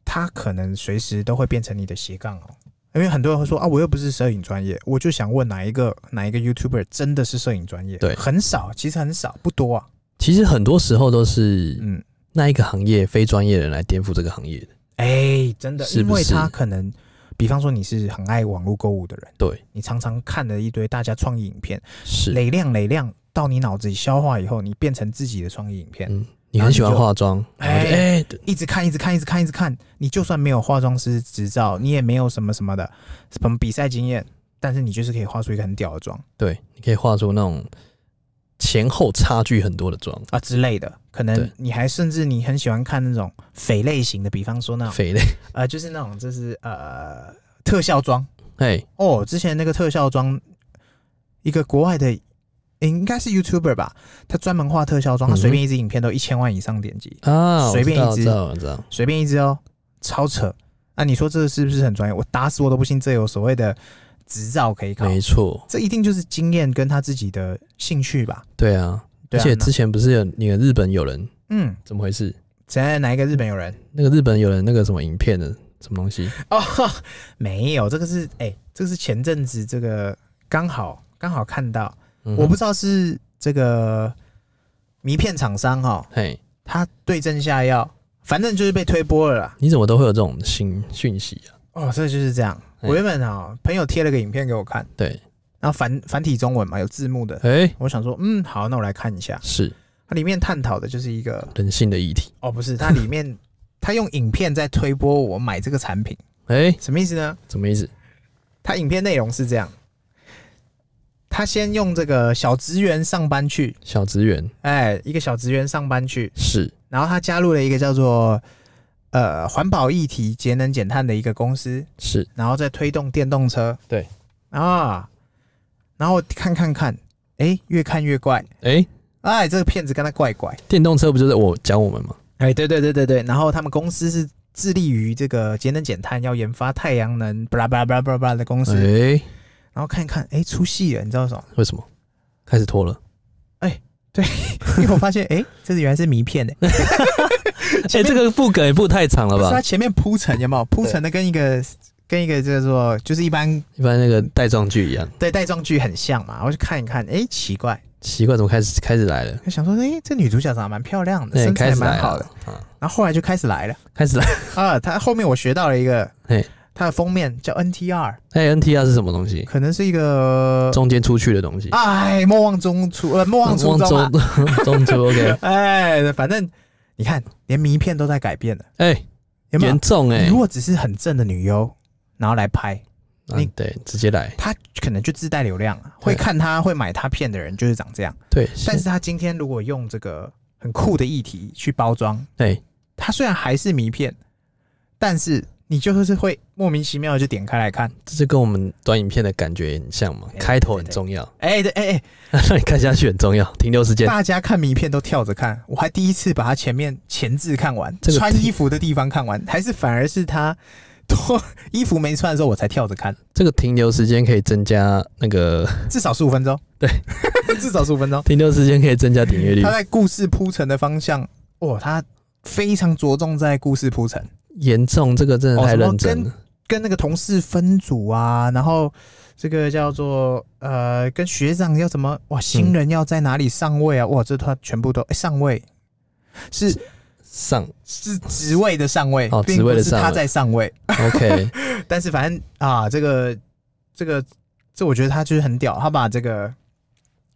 B: 它可能随时都会变成你的斜杠哦。因为很多
A: 嗯
B: 人会说啊，我又不是摄影专业，我就想问哪一个哪一个 YouTuber 真的是摄影专业？
A: 对
B: 很少，其实很少，不多啊。
A: 其实很多时候都是
B: 嗯，
A: 那一个行业非专业人来颠覆这个行业的。
B: 哎、真的，
A: 是
B: 因
A: 不
B: 为
A: 是
B: 他可能，比方说你是很爱网络购物的人，
A: 对，
B: 你常常看了一堆大家创意影片，
A: 是，
B: 累量累量到你脑子里消化以后，你变成自己的创意影片，
A: 嗯，你很喜欢化妆，然后就
B: 哎
A: 哎、对
B: 一直看，一直看，一直看，一直看。你就算没有化妆师执照，你也没有什么什么的什么比赛经验，但是你就是可以画出一个很屌的妆
A: 对，你可以画出那种前后差距很多的妆，
B: 啊之类的。可能
A: 对
B: 你还甚至你很喜欢看那种匪类型的，比方说那 种
A: 肥类，
B: 呃，就是那种就是呃特效妆
A: 哎，
B: 哦。之前那个特效妆，一个国外的。诶应该是 YouTuber 吧，他专门画特效妆，他
A: 嗯哼
B: 随便一支影片都一千万以上点击，
A: 啊，
B: 随便一
A: 我知
B: 只
A: 道，我知道，我知道
B: 随便一支哦，超扯。那、你说这是不是很专业？我打死我都不信这有所谓的执照可以考，
A: 没错，
B: 这一定就是经验跟他自己的兴趣吧？
A: 对啊，
B: 对
A: 而
B: 啊
A: 且
B: 那
A: 之前不是有那个日本友人
B: 嗯，
A: 怎么回事？
B: 在哪一个日本友人？
A: 那个日本友人那个什么影片的什么东西？
B: 哦，没有，这个是哎、这个是前阵子这个刚好刚好看到，
A: 嗯哼
B: 我不知道是这个迷片厂商哈、哦，
A: 嘿，
B: 他对症下药，反正就是被推波了啦。
A: 你怎么都会有这种新讯息啊？
B: 哦，这就是这样。
A: 哎
B: 我原本啊、朋友贴了个影片给我看，
A: 对，
B: 然后繁繁体中文嘛，有字幕的，
A: 哎、
B: 我想说，嗯，好，那我来看一下。
A: 是
B: 它里面探讨的就是一个，
A: 人性的议题，
B: 哦，不是，它里面它用影片在推波我买这个产品，
A: 哎、
B: 什么意思呢？
A: 什么意思？
B: 它影片内容是这样，他先用这个小职员上班去，
A: 小职员
B: 哎，一个小职员上班去，
A: 是
B: 然后他加入了一个叫做呃环保议题、节能减碳的一个公司，
A: 是，
B: 然后再推动电动车，
A: 对
B: 啊，然后看看看，哎，越看越怪，
A: 哎、
B: 哎，这个骗子跟他怪怪。
A: 电动车不就是我教我们吗？
B: 哎，对对对对对，然后他们公司是致力于这个节能减碳，要研发太阳能，巴拉巴拉巴拉巴拉巴拉的公司。
A: 哎、
B: 然后看一看，哎，出戏了，你知道什么？
A: 为什么开始拖了？
B: 因为我发现，哎，这是原来是迷片的，
A: 哎、这个不梗也不太长了
B: 不是它啊
A: 吧？
B: 前面铺陈有没有？铺陈的跟一个跟一个叫做就是一般
A: 一般那个带状剧一样，
B: 对带状剧很像嘛。我就看一看，哎，奇怪，
A: 奇怪，怎么开始开始来了？
B: 就想说，哎，这女主角长得蛮漂亮的，
A: 哎、
B: 身
A: 开
B: 材
A: 始来
B: 蛮
A: 了
B: 好的。
A: 啊，
B: 然后后来就开始来了
A: 开始来，
B: 啊，他后面我学到了一个
A: 嘿，
B: 他的封面叫 NTR，
A: 哎、NTR 是什么东西？
B: 可能是一个。
A: 中间出去的东西。
B: 哎，莫忘中初，呃，莫忘初衷啊，
A: 中中初 OK，
B: 哎，反正你看，连名片都在改变了，
A: 哎、
B: 有没有
A: 严？重哎、
B: 你如果只是很正的女优，然后来拍，
A: 啊
B: 你
A: 对直接来
B: 她可能就自带流量啊，会看她会买她片的人就是长这样。
A: 对，
B: 但是她今天如果用这个很酷的议题去包装，
A: 对
B: 她虽然还是迷片，但是你就是会莫名其妙的就点开来看。
A: 这就跟我们短影片的感觉很像嘛，
B: 哎
A: 开头很
B: 对对
A: 重要，
B: 哎、对，哎、哎、
A: 让你看下去很重要，停留时间
B: 大家看迷片都跳着看，我还第一次把她前面前置看完，
A: 这个
B: 穿衣服的地方看完，还是反而是她脱衣服没穿的时候我才跳着看，
A: 这个停留时间可以增加那个
B: 至少十五分钟。
A: 对，。
B: 至少十五分钟
A: 嗯停留时间可以增加点阅率
B: 他，在故事铺陈的方向，哦，他非常着重在故事铺陈，
A: 严重这个真的
B: 哦
A: 太
B: 什么
A: 认真了。
B: 跟那个同事分组啊，然后这个叫做呃，跟学长要怎么哇，新人要在哪里上位
A: 嗯
B: 啊？哇，这他全部都、哎上位，是
A: 上
B: 是职位的上位，
A: 哦
B: 并
A: 职位的
B: 不是
A: 上
B: 他
A: 位
B: 在上位。
A: OK，哎
B: 但是反正啊，这个这个这，我觉得他就是很屌，他把这个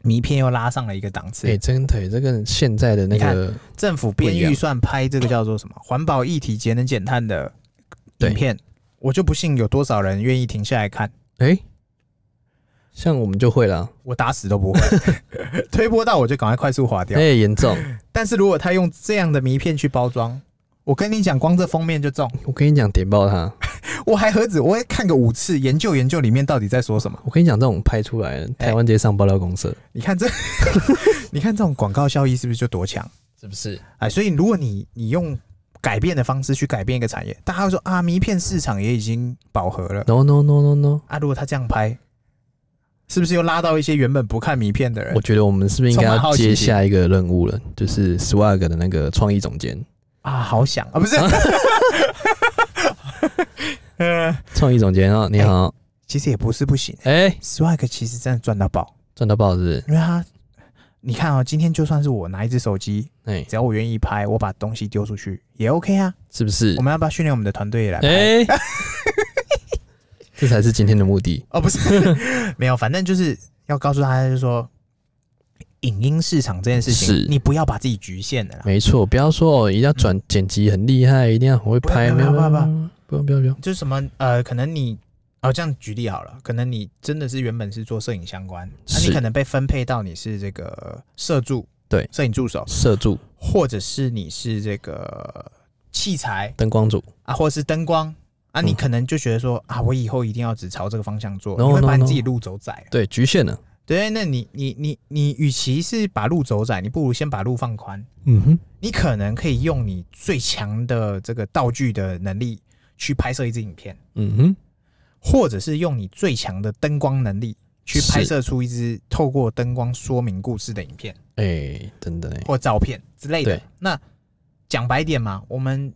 B: 迷片又拉上了一个档次。
A: 哎、真的、这个现在的那个
B: 政府编预算拍这个叫做什 么环保议题节能减碳的
A: 对
B: 影片，我就不信有多少人愿意停下来看，
A: 哎、像我们就会啦，
B: 我打死都不 会推播到我就赶快快速划掉
A: 哎、。严重。
B: 但是如果他用这样的迷片去包装，我跟你讲，光这封面就中，
A: 我跟你讲，点爆它。
B: 我还何止我会看个五次，研究研究里面到底在说什么。
A: 我跟你讲，这种拍出
B: 哎
A: 来，台湾直接上爆料公社，
B: 你 看这，你看这种广告效益是不是就多强？
A: 是不是？
B: 哎，所以如果你你用改变的方式去改变一个产业，大家会说啊，迷片市场也已经饱和了
A: No no no no no，
B: 啊。如果他这样拍，是不是又拉到一些原本不看迷片的人
A: 我觉得我们是不是应该
B: 充满
A: 要
B: 好奇
A: 接
B: 心
A: 下一个任务了？就是 Swag 的那个创意总监，
B: 啊？好想啊，不是？呃，
A: 创意总监啊，你好，
B: 其实也不是不行
A: 哎、
B: ，Swag 其实真的赚到爆，
A: 赚到爆是不是？
B: 因为他。你看啊、哦，今天就算是我拿一只手机，
A: 哎、
B: 只要我愿意拍，我把东西丢出去也 OK 啊。
A: 是不是
B: 我？们要不要训练我们的团队也来拍？
A: 哎、这才是今天的目的。
B: 哦，不是， 没有，反正就是要告诉大家，就是说，影音市场这件事
A: 是
B: 情，你不要把自己局限了啦。
A: 没错，不要说哦，一定要转剪辑很厉害，一定要很会拍，
B: 不
A: 没有没
B: 要不
A: 有
B: 要
A: 没有，不用不用不用，
B: 就是什么呃，可能你哦，这样举例好了，可能你真的是原本是做摄影相关，那、
A: 是
B: 你可能被分配到你是这个摄助，
A: 对
B: 摄影助手，
A: 摄助
B: 或者是你是这个器材
A: 灯光组，
B: 啊，或者是灯光。啊，你
A: 嗯
B: 可能就觉得说、啊，我以后一定要只朝这个方向做
A: No,
B: 你会
A: no,
B: 把你
A: no
B: 自己路走窄了。
A: 对，局限了。
B: 对，那你你你你，与其是把路走窄，你不如先把路放宽。
A: 嗯哼，
B: 你可能可以用你最强的这个道具的能力去拍摄一支影片，
A: 嗯哼，
B: 或者是用你最强的灯光能力去拍摄出一支透过灯光说明故事的影片
A: 哎、真的哎，
B: 或照片之类的
A: 对。
B: 那讲白点嘛，我们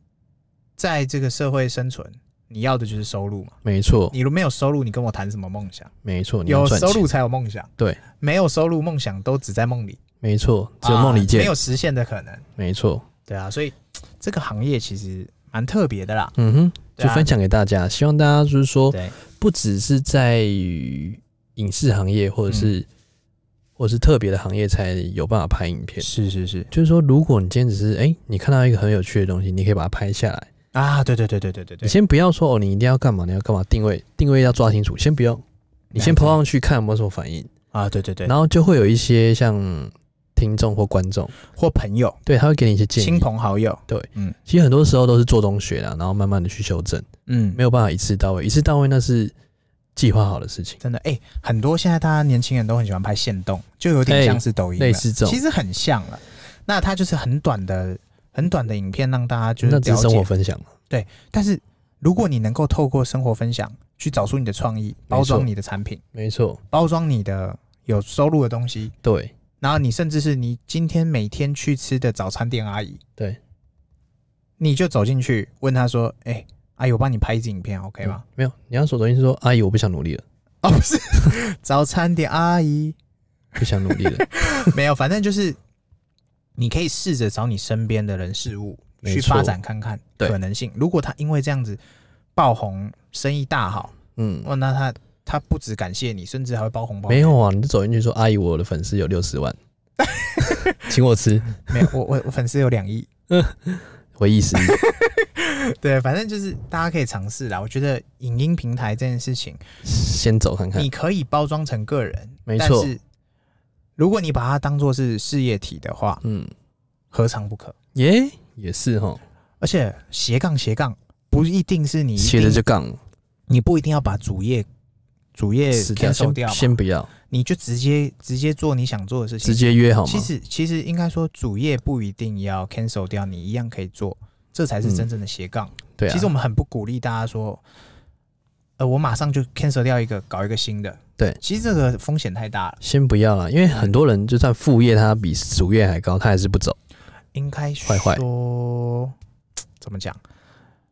B: 在这个社会生存，你要的就是收入嘛。
A: 没错
B: 你如没有收入，你跟我谈什么梦想？
A: 没错，你要
B: 有
A: 赚
B: 收
A: 钱
B: 入，才有梦想，
A: 对，
B: 没有收入，梦想都只在梦里，
A: 没错，只有梦里
B: 啊没
A: 见，
B: 有实现的可能。
A: 没错。
B: 对啊，所以这个行业其实蛮特别的啦。
A: 嗯哼，
B: 对
A: 就
B: 啊
A: 分享给大家，希望大家就是说，
B: 对，
A: 不只是在于影视行业或者
B: 嗯
A: 是、或者是特别的行业才有办法拍影片。
B: 是是是
A: 就是说，如果你今天只是哎、你看到一个很有趣的东西，你可以把它拍下来。
B: 啊，对对对对对对
A: 你
B: 对，
A: 先不要说哦，你一定要干嘛，你要干嘛，定位定位要抓清楚，先不要，你先抛上去看有没有什么反应，
B: 啊，对对对，
A: 然后就会有一些像听众或观众，
B: 或朋友、
A: 对，他会给你一些建
B: 亲
A: 议。
B: 朋好友，
A: 其实很多时候都是做中学啦，然后慢慢的去修正，
B: 嗯，
A: 没有办法一次到位，一次到位那是计划好的事情，
B: 真的哎、很多现在大家年轻人都很喜欢拍线动，就有点
A: 哎
B: 像是抖音了、
A: 类似这种
B: 其实很像了。那它就是很短的、很短的影片，让大家就是
A: 那只
B: 了
A: 是生活
B: 解。
A: 分享嘛。
B: 但是如果你能够透过生活分享去找出你的创意，包
A: 没错
B: 装你的产品，
A: 没错，
B: 包装你的有收入的东西，
A: 对，
B: 然后你甚至是你今天每天去吃的早餐店阿姨，
A: 对，
B: 你就走进去问她说：“哎、阿姨，我帮你拍一支影片，OK 啊吗
A: 嗯没有，你要说抖音是说阿姨我不想努力了，？”
B: 哦，不是， 早餐店阿姨
A: 不想努力 了，
B: 没有，反正就是你可以试着找你身边的人事物
A: 没
B: 去
A: 错
B: 发展看看
A: 对
B: 可能性。如果他因为这样子爆红，生意大好，
A: 嗯，
B: 哦，那他他不止感谢你，甚至还会包红包。
A: 没有啊，你就走进去说阿姨我的粉丝有六十 万，请我吃，
B: 没有，我我我粉丝有 两亿。
A: 我意思意。
B: 对，反正就是大家可以尝试啦。我觉得影音平台这件事情。
A: 先走看看
B: 你。可以包装成个人，
A: 嗯没
B: 但
A: 错
B: 是如果你把它当做是事业体的话，
A: 嗯，
B: 何尝不可？
A: 耶，也是哈，
B: 而且斜杠斜杠不一定是你一
A: 斜着
B: 定
A: 就杠，
B: 你不一定要把主业主业
A: 死掉
B: 哎 cancel
A: 先
B: 掉嘛，
A: 先不要，
B: 你就直接直接做你想做的事
A: 直
B: 情。
A: 接约好吗
B: 其？实其实应该说主业不一定要 cancel 掉，你一样可以做，这才是真正的斜杠。
A: 嗯对啊，
B: 其实我们很不鼓励大家说，呃，我马上就 cancel 掉一个，搞一个新的。
A: 对
B: 其实这个风险太大了，
A: 先不要啦，因为很多人就算副业他比主业还高，他还是不走。
B: 应该
A: 坏坏
B: 说怎么讲？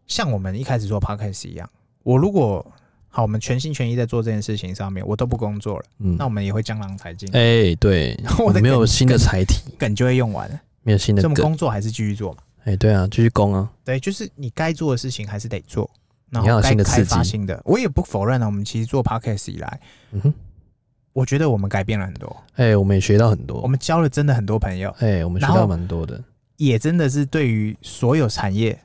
B: 像我们一开始做 podcast 一样，我如果好，我们全心全意在做这件事情上面，我都不工作了，
A: 嗯
B: 那，我们也会江郎才尽，，
A: 哎、对
B: 我
A: 我
B: 的
A: 没有
B: 梗
A: 新的才体，
B: 梗就会用完了。
A: 没有新
B: 所
A: 的
B: 以我们
A: 梗。
B: 工作还是继续做嘛？
A: 哎、对啊，继续攻啊，
B: 对，就是你该做的事情还是得做，然
A: 你要
B: 后
A: 有
B: 该
A: 新的
B: 开
A: 刺
B: 发
A: 激
B: 新的。我也不否认啊，我们其实做 podcast 以来，
A: 嗯哼，
B: 我觉得我们改变了很多，
A: 哎、我们也学到很
B: 我
A: 多，
B: 们交了真的很多朋友，
A: 哎、我们学
B: 然
A: 到
B: 后
A: 蛮多的，
B: 也真的是对于所有产业，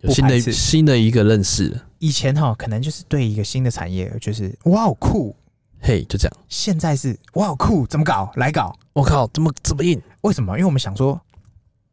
A: 有
B: 不
A: 新
B: 排
A: 的
B: 斥
A: 新的一个认识了，
B: 以前哈可能就是对一个新的产业就是哇好酷，
A: 嘿，就这样。
B: 现在是哇好哦酷，怎么搞来搞？
A: 我靠，怎么这么硬？
B: 为什么？因为我们想说，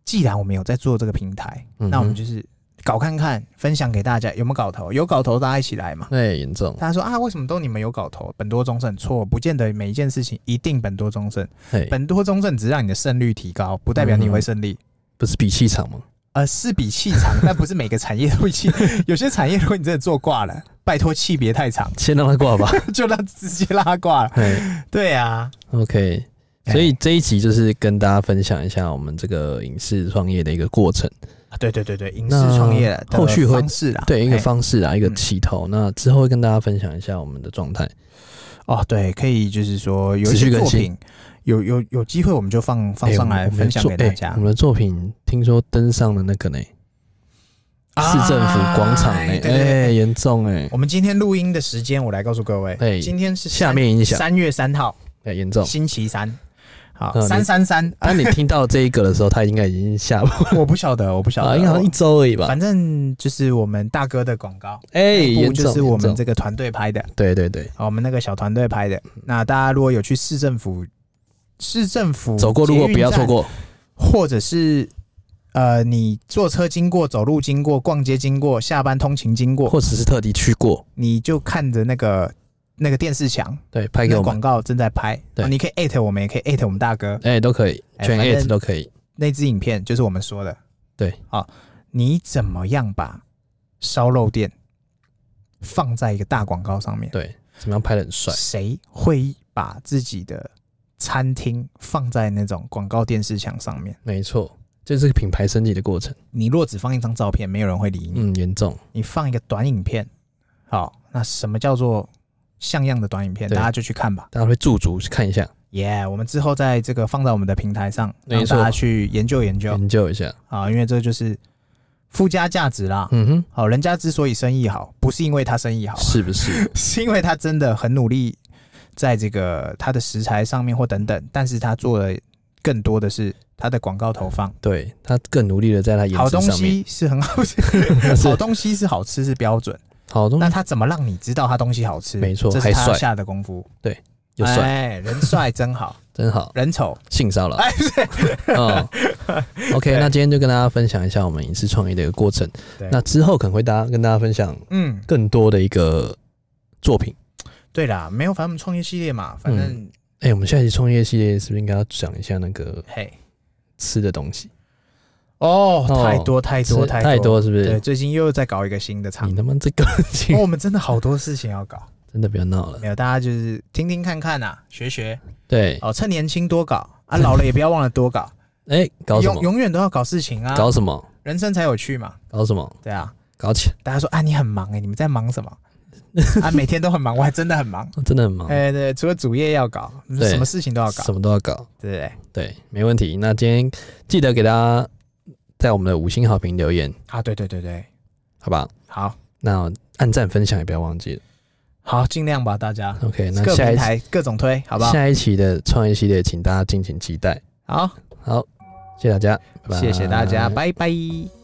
B: 既然我们有在做这个平台，
A: 嗯哼
B: 那我们就是搞看看，分享给大家有没有搞头，有搞头大家一起来嘛。
A: 哎、严重，
B: 他说啊，为什么都你们有搞头？本多忠胜错，不见得每一件事情一定本多忠胜。
A: 哎，
B: 本多忠胜只让你的胜率提高，不代表你会胜利。
A: 不是比气场吗？
B: 呃，是比气长，但不是每个产业都会气。有些产业如果你真的做挂了，拜托气别太长，
A: 先让他挂吧。
B: 就让直接让它挂了。
A: 哎、
B: 对啊，
A: o k
B: 哎
A: 所以这一集就是跟大家分享一下我们这个影视创业的一个过程，
B: 啊对对对对，影视
A: 那
B: 创业的
A: 后续会
B: 方式啦，
A: 对一个
B: 嘿
A: 方式啊，一个
B: 嗯
A: 起头。那之后会跟大家分享一下我们的状态。
B: 哦，对，可以就是说有一
A: 持续
B: 些
A: 更
B: 作
A: 新
B: 品，有有有机会我们就放放
A: 哎
B: 上
A: 我们
B: 来
A: 我们
B: 分享
A: 作
B: 给大
A: 哎
B: 家
A: 我。们的作品听说登上了那个呢，市政府广场呢
B: 哎，对对对
A: 哎，严重哎，
B: 我们今天录音的时间，我来告诉各位，
A: 哎
B: 今天是
A: 下
B: 三
A: 面影响，
B: 三月三号，
A: 哎，严重。
B: 星期三。好，
A: 嗯你
B: 三 三三，
A: 但你听到这一个的时候，他应该已经 下播
B: 我不晓得，我不晓
A: 了，
B: 得，
A: 应该好像一
B: 我
A: 周而已吧？
B: 反正就是我们大哥的广告，
A: 哎，
B: 一
A: 严
B: 部就
A: 重，
B: 是我
A: 严
B: 们
A: 重
B: 这个团队拍的，哦
A: 对对对，
B: 好我们那个小团队拍的。那大家如果有去市政府，市政府
A: 走过路过
B: 捷运
A: 不要错
B: 站，
A: 过，
B: 或者是呃，你坐车经过、走路经过、逛街经过、下班通勤经过，
A: 或者是特地去过，
B: 你就看着那个那个电视墙，
A: 对，拍
B: 那
A: 给
B: 个
A: 我们，
B: 广告正在拍，
A: 对
B: 哦你可以艾特我们，也可以艾特我们大哥。
A: 哎，都可以，
B: 哎
A: 全
B: 反
A: at
B: 正
A: 都可以，
B: 那支影片就是我们说的，
A: 对，
B: 好、你怎么样把烧肉店放在一个大广告上面？
A: 对，怎么样拍的很帅？
B: 谁会把自己的餐厅放在那种广告电视墙上面？
A: 没错，这是品牌升级的过程，
B: 你若只放一张照片，没有人会理你。
A: 嗯，严重，
B: 你放一个短影片，好，那什么叫做像样的短影片？
A: 对
B: 大家就去看吧。
A: 大家会驻足看一下，
B: 耶、我们之后在这个放在我们的平台上，
A: 没
B: 让
A: 错
B: 大家去研究研究
A: 研究一下，
B: 啊，因为这就是附加价值啦。
A: 嗯哼，
B: 好，人家之所以生意好，不是因为他生意好，
A: 是不 是？
B: 是因为他真的很努力，在这个他的食材上面或等等，但是他做的更多的是他的广告投放。
A: 对他更努力的在他颜
B: 好
A: 值
B: 东
A: 上面，
B: 西是很好吃，
A: 是
B: 好东西是好吃是标准，
A: 好东
B: 那
A: 西
B: 他怎么让你知道他东西好吃？
A: 没错
B: 这是
A: 还
B: 他
A: 帅
B: 下的功夫。
A: 又帅，
B: 哎，人帅真 好，
A: 真好，
B: 人丑
A: 性骚扰。 嗯，OK，那今天就跟大家分享一下我们影视创业的一个过程
B: 对。
A: 那之后可能会大家跟大家分享
B: 嗯，
A: 更多的一个作品。
B: 对啦，没有，反正我们创业系列嘛，反正、
A: 哎、我们下一期创业系列是不是应该要讲一下那个
B: 嘿，
A: 吃的东西？
B: 哦，
A: 哦
B: 太多太多
A: 吃
B: 太
A: 太多是嗯不
B: 对，
A: 是？
B: 最近又在搞一个新的厂
A: 你，他妈这个
B: 哦，我们真的好多事情要搞，
A: 真的不要闹了。
B: 没有，大家就是听听看看啊，学学
A: 对，
B: 哦，趁年轻多搞啊，老了也不要忘了多搞，
A: 哎、 搞什
B: 永
A: 么？
B: 永远都要搞事情啊，
A: 搞什么？
B: 人生才有趣嘛，
A: 搞什么？
B: 对啊，
A: 搞起来，
B: 大家说啊，你很忙哎、你们在忙什么？ 啊，每天都很忙，我还真的很忙，
A: 哦真的很忙，
B: 哎、对，除了主业要搞，
A: 对
B: 什么事情都要搞，
A: 什么都要搞。
B: 对不对？
A: 对，没问题。那今天记得给大家在我们的五星好评留言，
B: 啊，对对对对，
A: 好吧？
B: 好
A: 那按赞分享也不要忘记了。
B: 好尽量吧，大家
A: OK，那
B: 各
A: 下
B: 平
A: 一期
B: 台各种推，好不好？
A: 下一期的创业系列，请大家敬请期待。
B: 好，
A: 好，谢谢大家，拜拜
B: 谢谢大家，拜拜。